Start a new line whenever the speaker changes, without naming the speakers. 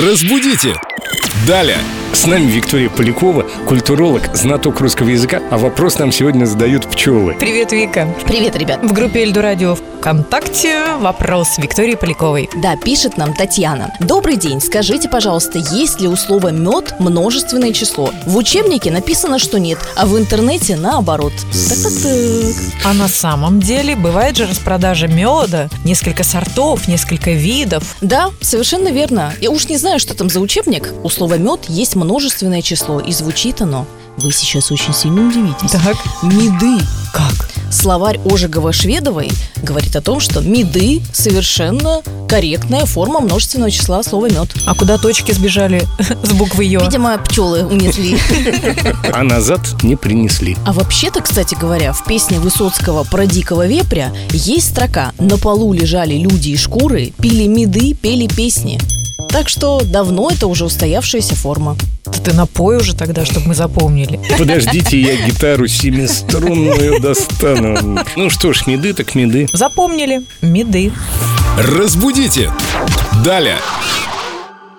Разбудите! Далее! С нами Виктория Полякова, культуролог, знаток русского языка, а вопрос нам сегодня задают пчелы.
Привет, Вика.
Привет, ребят.
В группе Эльду Радио ВКонтакте вопрос Виктории Поляковой.
Да, пишет нам Татьяна. Добрый день. Скажите, пожалуйста, есть ли у слова мед множественное число? В учебнике написано, что нет, а в интернете наоборот. Так-так-так.
А на самом деле бывает же распродажа меда, несколько сортов, несколько видов.
Да, совершенно верно. Я уж не знаю, что там за учебник. У слова мед есть множественное число, и звучит оно. Вы сейчас очень сильно удивитесь.
Так.
Меды.
Как?
Словарь Ожегова-Шведовой говорит о том, что меды совершенно корректная форма множественного числа слова мед.
А куда точки сбежали с буквы Ё?
Видимо, пчелы унесли.
А назад не принесли.
А вообще-то, кстати говоря, в песне Высоцкого про дикого вепря есть строка «На полу лежали люди и шкуры, пили меды, пели песни». Так что давно это уже устоявшаяся форма.
Да Ты напой уже тогда, чтобы мы запомнили.
Подождите, я гитару семиструнную достану. Ну что ж, меды так меды.
Запомнили. Меды.
Разбудите! Далее!